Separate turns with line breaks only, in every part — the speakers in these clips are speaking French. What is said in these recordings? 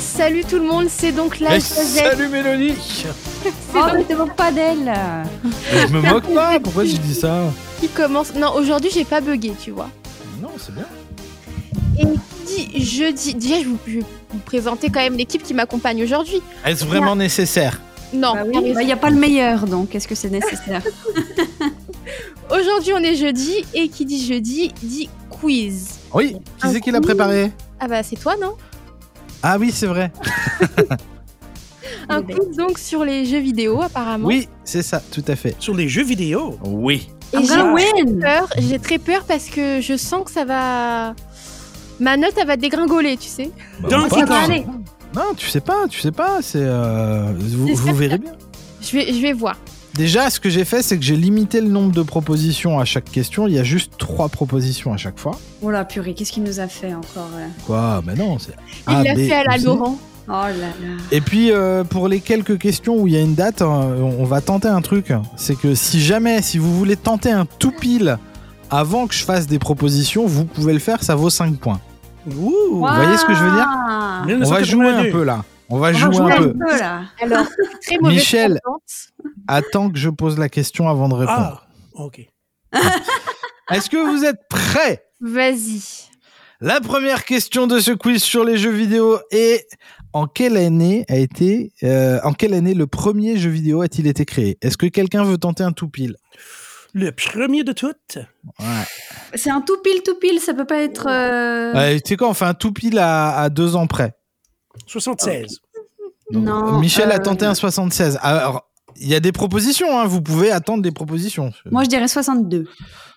Salut tout le monde, c'est donc la
Mais
Josette.
Salut Mélodie
C'est
Oh,
donc
ne te moque pas d'elle.
Je me moque pas, pourquoi j'ai dit ça
qui commence. Non, aujourd'hui j'ai pas bugué, tu vois.
Non, c'est bien.
Dit jeudi. Déjà, je, vous, je vais vous présenter quand même l'équipe qui m'accompagne aujourd'hui.
Est-ce vraiment nécessaire
Non,
Bah
t'as
oui,
raison.
bah, il n'y a pas le meilleur, donc est-ce que c'est nécessaire
aujourd'hui on est jeudi et qui dit jeudi dit quiz.
Oui, qui c'est qui l'a préparé
Ah bah c'est toi, non
Ah oui, c'est vrai.
Un
Oui, bah.
quiz donc sur les jeux vidéo apparemment.
Oui, c'est ça, tout à fait.
Sur les jeux vidéo
Oui.
Et
I'm
j'ai
gonna win
peur, j'ai très peur parce que je sens que ça va. Ma note, elle va dégringoler, tu sais.
D'un
Ça
coup,
va aller.
Bah, Non, tu sais pas, tu sais pas, c'est... euh, vous,
C'est
vous
ça.
verrez bien.
Je vais, je vais voir.
Déjà, ce que j'ai fait, c'est que j'ai limité le nombre de propositions à chaque question. Il y a juste trois propositions à chaque fois.
Oh la purée, qu'est-ce qu'il nous a fait encore là
Quoi Mais non, c'est...
Il
A,
l'a
B,
fait à la
ou C.
Laurent.
Oh là là.
Et puis, euh, pour les quelques questions où il y a une date, euh, on on va tenter un truc. C'est que si jamais, si vous voulez tenter un tout pile avant que je fasse des propositions, vous pouvez le faire, ça vaut 5 points.
Ouh
Vous voyez ce que je veux dire
dire
On va jouer un peu là. On
Ah,
va jouer un peu.
là.
Alors, très mauvaise
Michel.
confiance.
Attends que je pose la question avant de répondre.
Ah, ok.
Est-ce que vous êtes prêts
Vas-y.
La première question de ce quiz sur les jeux vidéo est en quelle année a été euh, en quelle année le premier jeu vidéo a-t-il été créé Est-ce que quelqu'un veut tenter un tout pile
Le premier de toutes.
Ouais.
C'est un tout pile, tout pile, ça peut pas être. euh,
Ouais, tu sais quoi, on fait un tout pile à, à deux ans près.
76.
Donc,
Non,
Michel a
euh,
tenté un 76. Alors, il y a des propositions, hein, vous pouvez attendre des propositions.
Moi je dirais 62.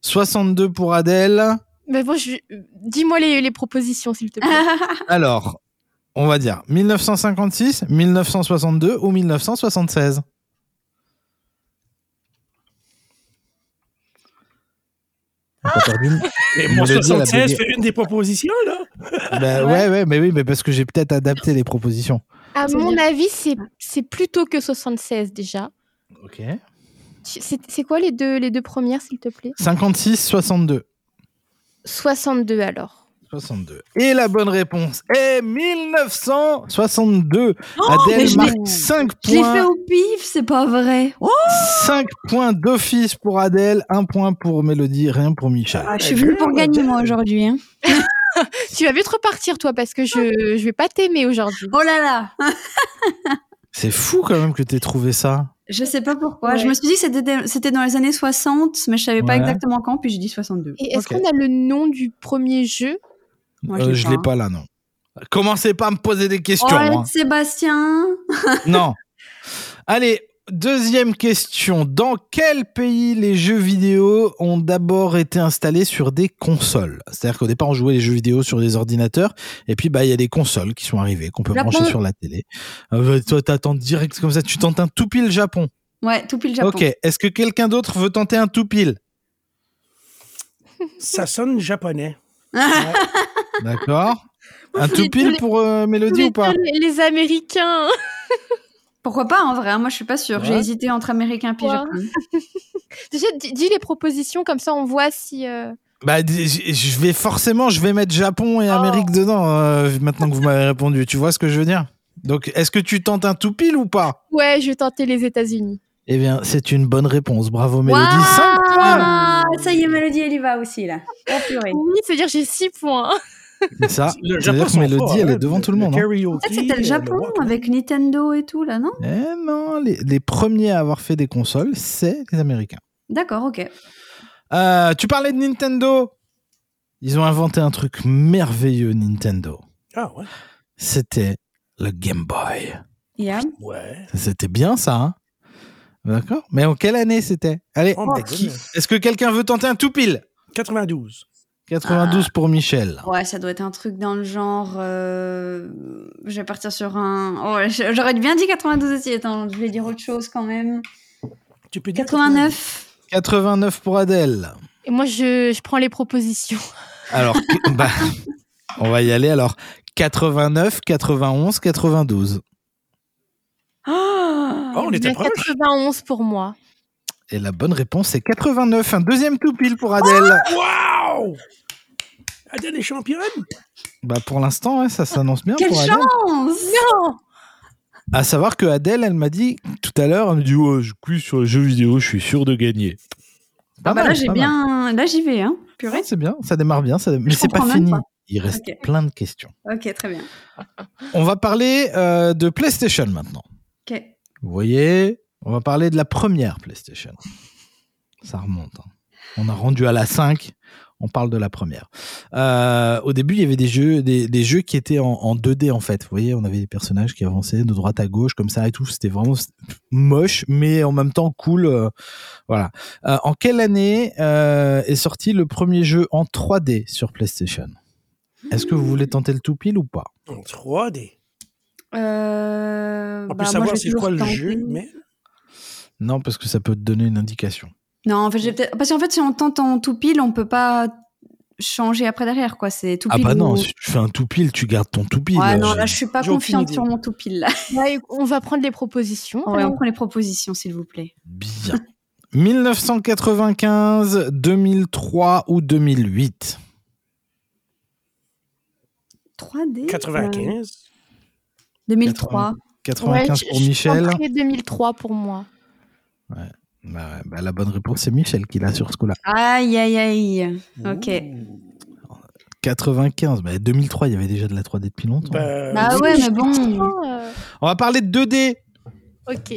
62 pour Adèle.
Mais bon, Bah, je- dis-moi les, les propositions, s'il te
Ah.
plaît.
Alors, on va dire 1956, 1962 ou 1976 On a pas perdu le-
Ah,
Mais
Ah. Il
mon
me l'a dit, elle a
76
bugué.
fait une des propositions, là.
Bah,
Ouais.
ouais, ouais, mais oui, mais parce que j'ai peut-être adapté les propositions.
À
C'est
mon
bien.
avis, c'est, c'est plutôt que 76 déjà.
Ok.
Tu- C'est, c'est quoi les deux, les deux premières, s'il te plaît
56, 62.
62 alors.
62. Et la bonne réponse est 1962.
Oh, mais
Adèle
je l'ai-
marque 5
Je l'ai fait
points.
au pif, c'est pas vrai. Oh,
5 points d'office pour Adèle, 1 point pour Mélodie, rien pour Michel.
Ah, je suis venue pour gagner moi aujourd'hui. hein.
Tu vas vite repartir, toi, parce que je, je vais pas t'aimer aujourd'hui.
Oh là là
C'est fou quand même que t'aies trouvé ça.
Je sais pas pourquoi.
Ouais.
Je me suis dit que c'était- c'était dans les années 60, mais je savais pas
Ouais.
exactement quand, puis j'ai dit 62.
Et est-ce
Ok.
qu'on a le nom du premier jeu
Moi,
Euh, je l'ai pas là, non. Commencez pas à me poser des questions.
Oh,
hein.
Sébastien
Non. Allez, deuxième question. Dans quel pays les jeux vidéo ont d'abord été installés sur des consoles C'est-à-dire qu'au départ, on jouait les jeux vidéo sur des ordinateurs, et puis bah il y a des consoles qui sont arrivées, qu'on peut
Japon.
brancher sur la télé. Euh, toi, t'attends direct comme ça, tu tentes un tout pile Japon.
Ouais, tout pile Japon.
Ok, est-ce que quelqu'un d'autre veut tenter un tout pile
Ça sonne japonais.
Ah.
D'accord. Un
tous les
tout
deux,
pile
les-
pour euh, Mélodie
les,
ou pas
les- les Américains
Pourquoi pas en vrai hein Moi, je suis pas sûre. J'ai
Ouais.
hésité entre américain puis
Ouais.
japonais.
Déjà, di- dis les propositions, comme ça on voit si. euh,
Bah, d- j- je vais forcément, je vais mettre Japon et
Oh.
Amérique dedans euh, maintenant que vous m'avez répondu. Tu vois ce que je veux dire Donc, est-ce que tu tentes un tout pile ou pas
Ouais, je vais tenter les États-Unis.
Eh bien, c'est une bonne réponse. Bravo, Mélodie.
Waouh
Cinq points
Ah, Ça y est, Mélodie, elle y va aussi là. Oh purée.
Oui, c'est-à-dire j'ai 6 points.
C'est ça.
Le
Ça veut dire
Japon,
Ah, que Mélodie, elle est devant tout le monde. hein.
Peut-être c'était le Japon avec Nintendo et tout là, non
Eh non, les, les premiers à avoir fait des consoles, c'est les Américains.
D'accord, ok.
Euh, tu parlais de Nintendo Ils ont inventé un truc merveilleux, Nintendo.
Ah ouais.
C'était le Game Boy.
Yeah.
Ouais.
C'était bien ça, hein D'accord Mais en quelle année c'était Allez,
Oh,
qui-
dégueulasse.
est-ce que quelqu'un veut tenter un tout pile
92.
Ah.
92 pour Michel.
Ouais, ça doit être un truc dans le genre. euh, Je vais partir sur un. Oh, je- j'aurais bien dit 92 aussi. Attends, je vais dire autre chose quand même.
Tu peux dire
89.
89 pour Adèle.
Et moi, je, je prends les propositions.
Alors, que- bah, on va y aller alors. 89, 91, 92.
Ah
Oh, on
Il y
était
a
proche.
91 pour moi.
Et
Ah.
la bonne réponse, c'est 89. Un deuxième tout pile pour Adèle.
Wow! Ada des championnes?
Bah pour l'instant, ouais, ça s'annonce bien
Quelle
pour Adèle.
Oh,
chance
À savoir que Adèle, elle m'a dit tout à l'heure, elle me dit ouais, je clique sur les jeux vidéo, je suis sûr de gagner. Pas
Ah bah
mal,
là, j'ai
pas mal.
bien. Là, j'y vais, hein. Purée.
Ouais, Ah, c'est bien, ça démarre bien, ça... mais c'est pas
comprends même
fini.
pas.
Il reste
Ok.
plein de questions.
Ok, très bien.
On va parler euh, de PlayStation maintenant.
Ok.
Vous voyez, on va parler de la première PlayStation. Ça remonte. hein. On a rendu à la 5. On parle de la première. Euh, au début, il y avait des jeux, des, des jeux qui étaient en, en 2D en fait. Vous voyez, on avait des personnages qui avançaient de droite à gauche comme ça et tout. C'était vraiment moche, mais en même temps cool. euh, voilà. Euh, en quelle année euh, est sorti le premier jeu en 3D sur PlayStation Est-ce que vous voulez tenter le tout pile ou pas
En 3D.
Euh,
On
bah,
peut
moi,
savoir
je vais
c'est quoi le
toujours
jeu,
tenter.
mais.
Non, parce que ça peut te donner une indication.
Non, en fait,
Mm.
j'ai peut-être. Parce qu'en fait, si on tente en tout pile, on peut pas changer après derrière, quoi. C'est tout
Ah
pile.
bah non,
ou-
si tu fais un tout pile, tu gardes ton tout pile.
Ouais,
Euh,
non, là, je suis pas
j'ai aucune
confiante
idée.
sur mon tout pile, là.
Ouais, Bah, on va prendre les
Ah
propositions.
Ouais,
alors.
on prend les propositions, s'il vous plaît.
Bien. 1995, 2003 ou 2008 euh,
3D
95.
2003.
95
Ouais, je-
pour
je
Michel.
tenterai 2003 pour moi.
Bah ouais, bah la bonne réponse, c'est Michel qui l'a sur ce coup-là.
Aïe, aïe, aïe. Ok.
Ouh.
95, bah 2003, il y avait déjà de la 3D depuis longtemps.
Ben,
bah
oui.
ouais, mais bon.
Ah,
On va parler de 2D.
ok.
Ok.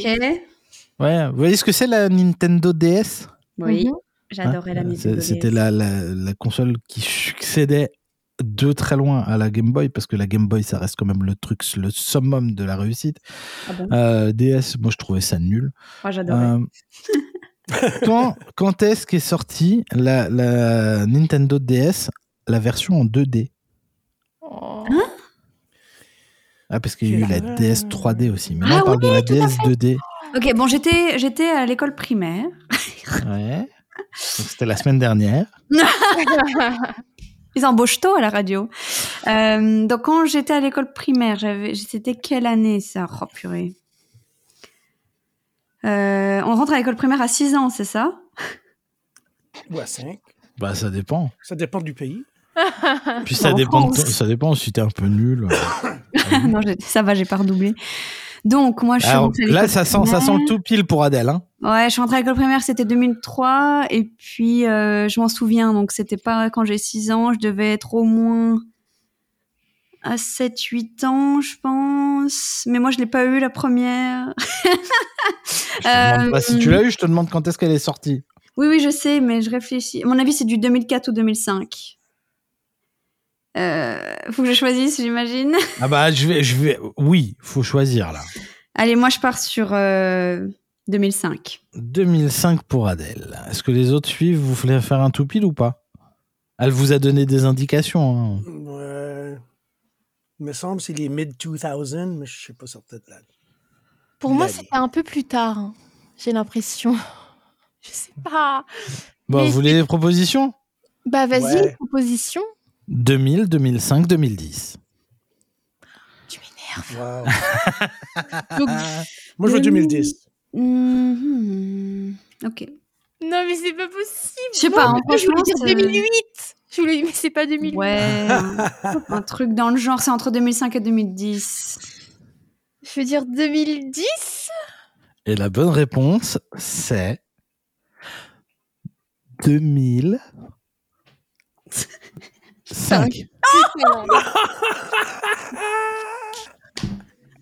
Ouais, vous voyez ce que c'est la Nintendo DS
Oui,
Mhm.
j'adorais la
Hein
Nintendo
C'est-
DS.
C'était la, la- la console qui succédait de très loin à la Game Boy, parce que la Game Boy, ça reste quand même le truc, le summum de la réussite.
Ah bon
Euh, DS, moi je trouvais ça nul.
Moi, Oh, j'adorais.
Euh, quand quand est-ce qu'est sortie la, la Nintendo DS, la version en 2D
Oh.
Ah, parce qu'il y a eu la
Ah.
DS 3D aussi. Mais là,
Ah
on parle de la DS 2D.
Ok, bon, j'étais j'étais à l'école primaire.
Ouais. Donc, C'était la semaine dernière.
Ils embauchent tôt à la radio. Euh, donc, quand j'étais à l'école primaire, j'avais, c'était quelle année ça Oh purée. Euh, on rentre à l'école primaire à 6 ans, c'est ça
Ou à 5.
Bah, ça dépend.
Ça dépend du pays.
Puis ça
En
dépend, de-
France.
ça dépend si t'es un peu nul.
Non, j'ai- ça va, j'ai pas redoublé. Donc, moi, je suis
Mmh. Alors,
rentrée à
là,
l'école
ça sent, ça sent le tout pile pour Adèle. Hein.
Ouais, je suis rentrée à l'école primaire, c'était 2003. Et puis, euh, je m'en souviens, donc c'était pas quand j'ai 6 ans, je devais être au moins à 7-8 ans, je pense. Mais moi, je l'ai pas eu la première.
Je te demande pas si
Euh,
tu l'as eu, je te demande quand est-ce qu'elle est sortie.
Oui, oui, je sais, mais je réfléchis. À mon avis, c'est du 2004 ou 2005. Euh, faut que je choisisse, j'imagine.
Ah bah, je vais, je vais. Oui, faut choisir là.
Allez, moi, je pars sur euh, 2005.
2005 pour Adèle. Est-ce que les autres suivent Vous voulez faire un tout pile ou pas Elle vous a donné des indications. hein.
Euh, il me semble que c'est les mid-2000, mais je ne suis pas certain de là.
Pour moi,
Lali.
c'était un peu plus tard. hein. J'ai l'impression. Je sais pas.
Bon,
Mais-
vous voulez des propositions
Bah vas-y,
Ouais.
proposition.
2000, 2005, 2010.
Tu m'énerves.
Wow.
Donc,
Moi, je veux 2010.
Mhm. Ok.
non mais c'est pas possible.
Je sais pas, hein,
Moi, je voulais
franchement,
dire
c'est-
2008. Je voulais, mais c'est pas 2008.
Ouais, un, un truc dans le genre, c'est entre 2005 et 2010.
Je veux dire 2010.
Et la bonne réponse, c'est 2005.
Putain.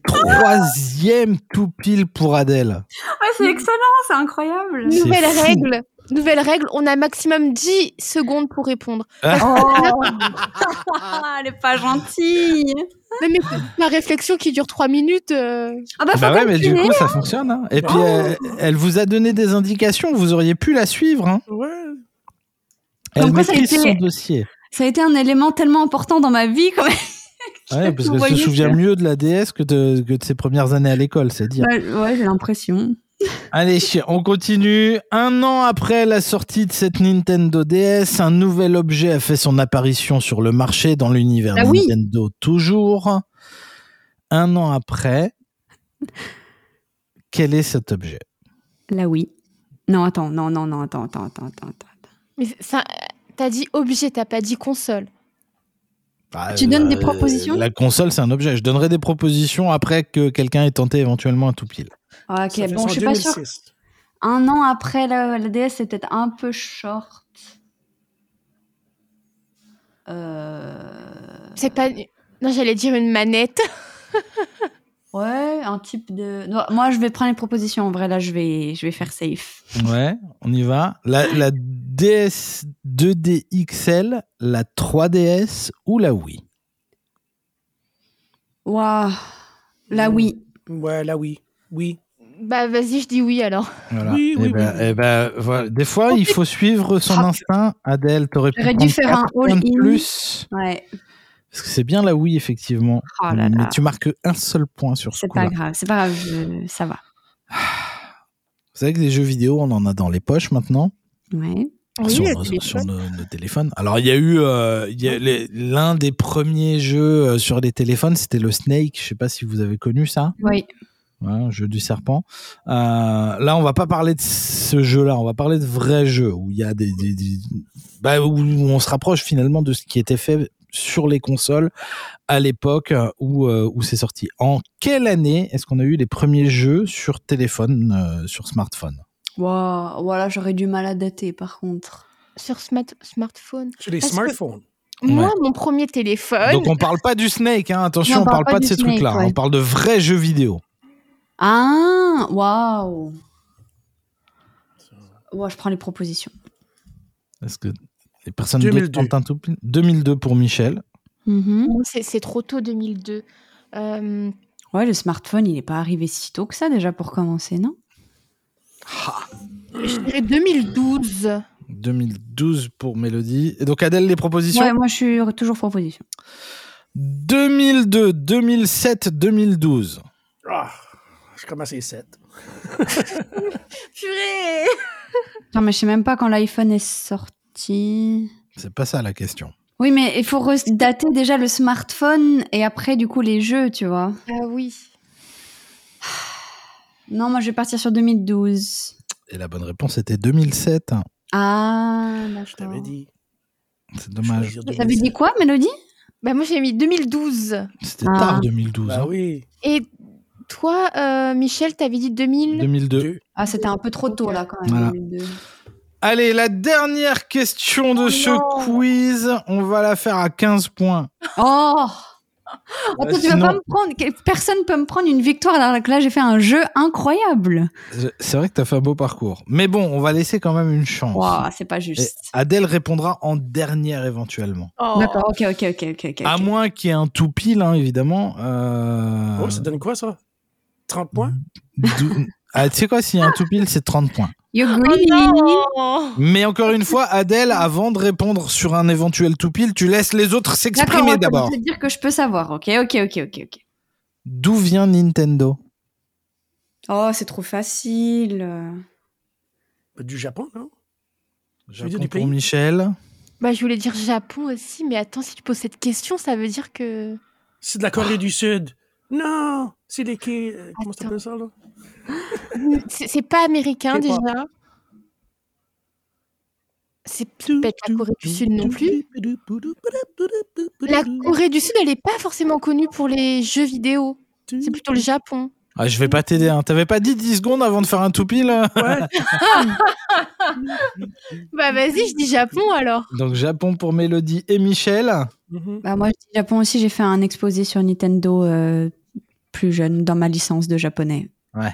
Troisième tout pile pour Adèle.
Ah Ouais, c'est excellent, c'est incroyable.
C'est
Nouvelle
fou.
règle. Nouvelle règle. On a maximum 10 secondes pour répondre.
Oh, elle est pas gentille.
Non mais c'est la réflexion qui dure 3 minutes. euh,
Ah bah, faut
Bah ouais, mais du
continuer.
coup, ça fonctionne. hein. Et puis,
Oh.
euh, elle, vous a donné des indications, vous auriez pu la suivre. hein.
Ouais.
Elle
Comme quoi, ça a
maîtrise
été-
son dossier.
Ça a été un élément tellement important dans ma vie quand même.
Ouais, parce
Vous
qu'elle se
voyez
souvient
que-
mieux de la DS que de, que de ses premières années à l'école, c'est dire.
Bah, ouais, j'ai l'impression. Bah.
Allez, on continue. Un an après la sortie de cette Nintendo DS, un nouvel objet a fait son apparition sur le marché dans l'univers
Ah oui.
Nintendo toujours. Un an après, quel est cet objet
Là, oui. Non, attends, non, non, non, attends, attends, attends, attends. attends.
Mais ça, t'as dit objet, t'as pas dit console.
Bah,
Tu donnes des propositions
La console, c'est un objet. Je donnerai des propositions après que quelqu'un ait tenté éventuellement un tout pile.
Ah,
Ça
ok,
fait
bon,
ça
je
en
suis pas sûre.
2006.
Un an après la, la DS, c'est peut-être un peu short. Euh...
C'est pas. Non, j'allais dire une manette.
Ouais, un type de. Non, moi, je vais prendre les propositions. En vrai, là, je vais, je vais faire safe.
Ouais, on y va. La, la DS 2D XL, la 3DS ou la Wii
Waouh. Là, oui.
Ouais, là, oui. Oui.
Bah, vas-y, je dis oui alors.
Voilà.
Oui,
Eh
oui,
ben-
oui, oui.
eh ben, voilà. Des fois, il faut suivre son
Ah,
instinct. Adèle, t'aurais pu
J'aurais dû
prendre
faire un
quatre points de
all-in.
plus.
Ouais.
Parce que c'est bien la Wii, effectivement.
Oh là
Mais
là.
tu marques un seul point sur ce
C'est pas
coup-là.
grave. C'est pas grave. je- Ça va.
Vous savez que des jeux vidéo, on en a dans les poches maintenant.
Ouais.
sur,
le
nos,
téléphone.
sur nos- nos téléphones. Alors, il y a eu euh, il y a les- l'un des premiers jeux euh, sur les téléphones, c'était le Snake. Je sais pas si vous avez connu ça,
Oui.
Ouais, un jeu du serpent. Euh, là, on va pas parler de ce jeu-là. On va parler de vrais jeux où il y a des, des- des- bah, où on se rapproche finalement de ce qui était fait sur les consoles à l'époque euh, où, euh, où c'est sorti. En quelle année est-ce qu'on a eu les premiers jeux sur téléphone, euh, sur smartphone
Waouh. Voilà, j'aurais du mal à dater, par contre.
Sur smart- smartphone.
Sur les
Parce que-
smartphones.
Moi, mon premier
Ah
téléphone.
Donc on parle pas du Snake, hein, attention,
Non,
on parle pas, de
du
ces
Snake,
trucs-là, hein,
ouais.
on parle de vrais jeux vidéo.
Ah. Waouh. Ouais, je prends les propositions.
Est-ce que les personnes
2002.
d'autres tentent un tout petit- 2002 pour Michel.
Mhm.
Moi, c'est- C'est trop tôt, 2002. Euh,
Ouais, le smartphone, il n'est pas arrivé si tôt que ça déjà pour commencer, non
je dirais 2012.
2012 pour Mélodie. Et donc Adèle, les propositions
Ouais, moi, je suis toujours proposition.
2002, 2007, 2012.
Ah, je commence les 7.
Purée
Putain, mais je sais même pas quand l'iPhone est sorti.
C'est pas ça la question.
Oui, mais il faut re- dater déjà le smartphone et après, du coup, les jeux, tu vois.
Ah oui.
Non, moi, je vais partir sur 2012.
Et la bonne réponse était 2007. hein.
Ah,
Je
d'accord.
t'avais dit.
C'est
Je voulais
dommage.
dire
T'avais
2007.
dit quoi, Mélodie
Bah, moi, j'ai mis 2012.
C'était
Ah.
tard 2012.
Bah
hein.
oui.
Et toi, euh, Michel, t'avais dit 2000
2002.
Deux.
Ah, c'était un peu trop tôt, là, quand même.
Voilà.
2002.
Allez, la dernière question de ce
non.
quiz, on va la faire à 15 points.
Oh
Bah,
Attends, tu vas
sinon-
pas me prendre. que- Personne peut me prendre une victoire alors que là, j'ai fait un jeu incroyable.
Je- C'est vrai que t'as fait un beau parcours. Mais bon, on va laisser quand même une chance.
Waouh, c'est pas
Et
juste.
Adèle répondra en dernière éventuellement.
Oh.
D'accord, ok, ok, ok, ok. ok.
À moins qu'il y ait un tout pile, hein, évidemment. Euh,
Oh, ça donne quoi, ça 30 points
dou- Ah, tu sais quoi, s'il y a un tout pile, c'est 30 points.
You're
Oh
green.
non
Mais encore une fois, Adèle, avant de répondre sur un éventuel tout pile, tu laisses les autres
D'accord,
s'exprimer
attends,
d'abord.
Je vais te dire que je peux savoir. Ok, ok, ok, ok, ok.
D'où vient Nintendo
Oh, c'est trop facile.
Bah, Du Japon, non Je veux dire
Japon
du
pour
pays.
Michel.
Bah, je voulais dire Japon aussi, mais attends, si tu poses cette question, ça veut dire que.
C'est de la Corée du Sud. Non C'est les qui euh, Comment ça s'appelle ça, là
C'est c'est pas américain
C'est
déjà.
quoi
C'est peut-être la Corée du Sud non plus. La Corée du Sud, elle est pas forcément connue pour les jeux vidéo. C'est plutôt le Japon.
Ah, je vais pas t'aider. hein. T'avais pas dit 10 secondes avant de faire un tout pile euh
Ouais.
Bah vas-y, je dis Japon alors.
Donc Japon pour Mélodie et Michel.
Mhm.
Bah, moi, je dis Japon aussi, j'ai fait un exposé sur Nintendo euh, plus jeune dans ma licence de japonais.
Ouais,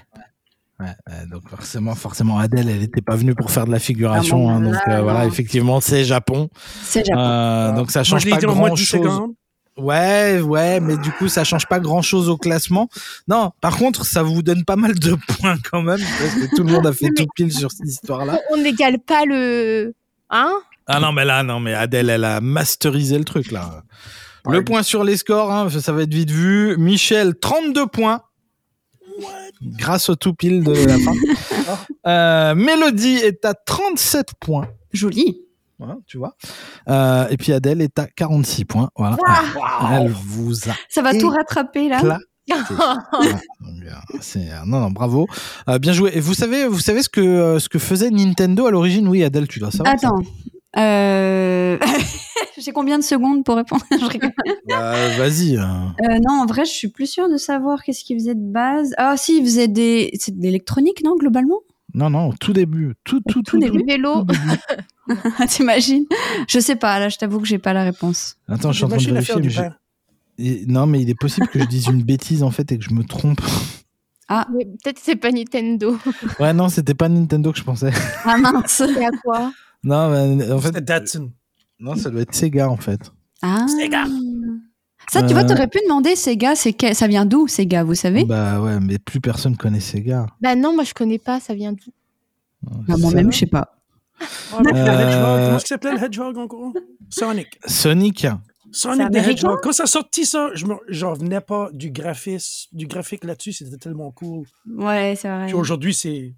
euh, donc forcément, forcément, Adèle, elle n'était pas venue pour faire de la figuration.
Ah bon,
hein, donc
là,
euh, voilà,
non.
effectivement, c'est Japon.
C'est Japon.
Euh, donc ça
Moi,
change
je l'ai
pas
dit en moins
grand
de 10
chose.
secondes.
Ouais, ouais, mais du coup, ça change pas grand chose au classement. Non, par contre, ça vous donne pas mal de points quand même, parce que tout le monde a fait tout pile sur cette histoire-là.
On n'égale pas le. Hein
Ah non, mais là, non, mais Adèle, elle a masterisé le truc là. Le
Pardon.
point sur les scores, hein, ça va être vite vu. Michel, 32 points. Grâce au tout pile de la fin. Euh, Mélodie est à 37 points.
Joli.
Voilà, Hein, tu vois. Euh, et puis Adèle est à 46 points. Voilà. Elle vous a
Ça va tout rattraper là.
Éclat. Ah, bien, c'est- non, non, bravo. Euh, bien joué. Et vous savez, vous savez ce que, euh, ce que faisait Nintendo à l'origine Oui, Adèle, tu dois savoir. ça.
Attends, Euh... J'ai combien de secondes pour répondre Je rigole.
Bah, Vas-y.
Euh, non, en vrai, je suis plus sûre de savoir qu'est-ce qu'il faisait de base. Ah, si, il faisait des. C'est de l'électronique, non, globalement
Non, non, au tout début. Tout, tout,
tout, début. vélo. Ah, T'imagines Je sais pas, là, je t'avoue que j'ai pas la réponse.
Attends, je suis en train de vérifier. Mais j'ai- Et- Non, mais il est possible que je dise une bêtise en fait et que je me trompe.
Mais Peut-être c'est pas Nintendo.
Ouais, non, c'était pas Nintendo que je pensais.
Ah mince
C'est à quoi
Non, mais, euh, en fait,
C'était Datsun.
non, ça doit être Sega en fait.
Ah.
Sega.
Ça, tu vois,
Euh.
t'aurais pu demander, Sega, c'est que- ça vient d'où, Sega, vous savez
Bah ouais, mais plus personne connaît Sega.
Bah non, moi je connais pas, ça vient d'où
Bah, Moi-même, je sais pas.
Oh, le
Euh,
Hedgehog. Comment ça s'appelait le Hedgehog en gros Sonic.
Sonic.
Sonic the
américain
Hedgehog. Quand ça sortit ça, je me- j'en venais pas du graphisme, du graphique là-dessus, c'était tellement cool.
Ouais, c'est vrai.
Puis aujourd'hui, c'est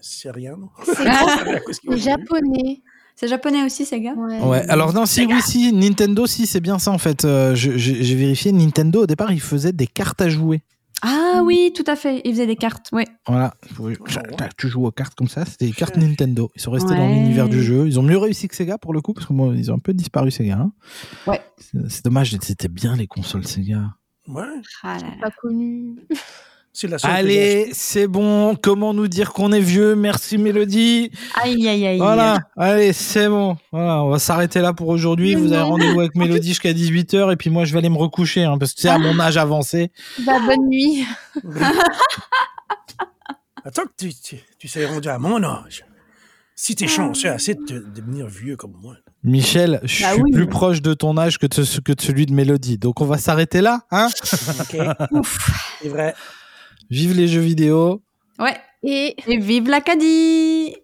c'est rien. non?
C'est
Qu'est-ce qu'ils ont
c'est japonais.
C'est japonais aussi, Sega
Ouais.
Ouais, alors non, si, oui, si, Nintendo, si, c'est bien ça en fait. Euh, je- je- J'ai vérifié, Nintendo au départ, ils faisaient des cartes à jouer.
Ah oui, tout à fait. Il faisait des cartes, ouais.
Voilà, Oui,
Oh, ouais.
tac, tu joues aux cartes comme ça, c'était des cartes Nintendo. Ils sont restés dans
Ouais.
l'univers du jeu. Ils ont mieux réussi que Sega pour le coup, parce que bon, ils ont un peu disparu Sega. hein.
Ouais.
C'est- C'est dommage, c'était bien les consoles Sega.
Ouais,
Ah là là.
Pas connu.
c'est la seule que j'ai
Allez, c'est bon, comment nous dire qu'on est vieux Merci Mélodie.
Aïe, aïe, aïe.
Voilà, allez, c'est bon. Voilà, on va s'arrêter là pour aujourd'hui.
Mais
Vous avez
non.
rendez-vous avec Mélodie jusqu'à 18h et puis moi je vais aller me recoucher hein, parce que c'est à mon âge avancé.
Bah bonne nuit.
Attends que tu, tu, tu sois rendu à mon âge. Si t'es chanceux assez de, te- de devenir vieux comme moi.
Michel, je
Bah
suis
oui.
plus proche de ton âge que de, ce- que de celui de Mélodie. Donc on va s'arrêter là. Hein
OK?
Ouf.
C'est vrai.
Vive les jeux vidéo.
Ouais.
Et
Et vive l'Acadie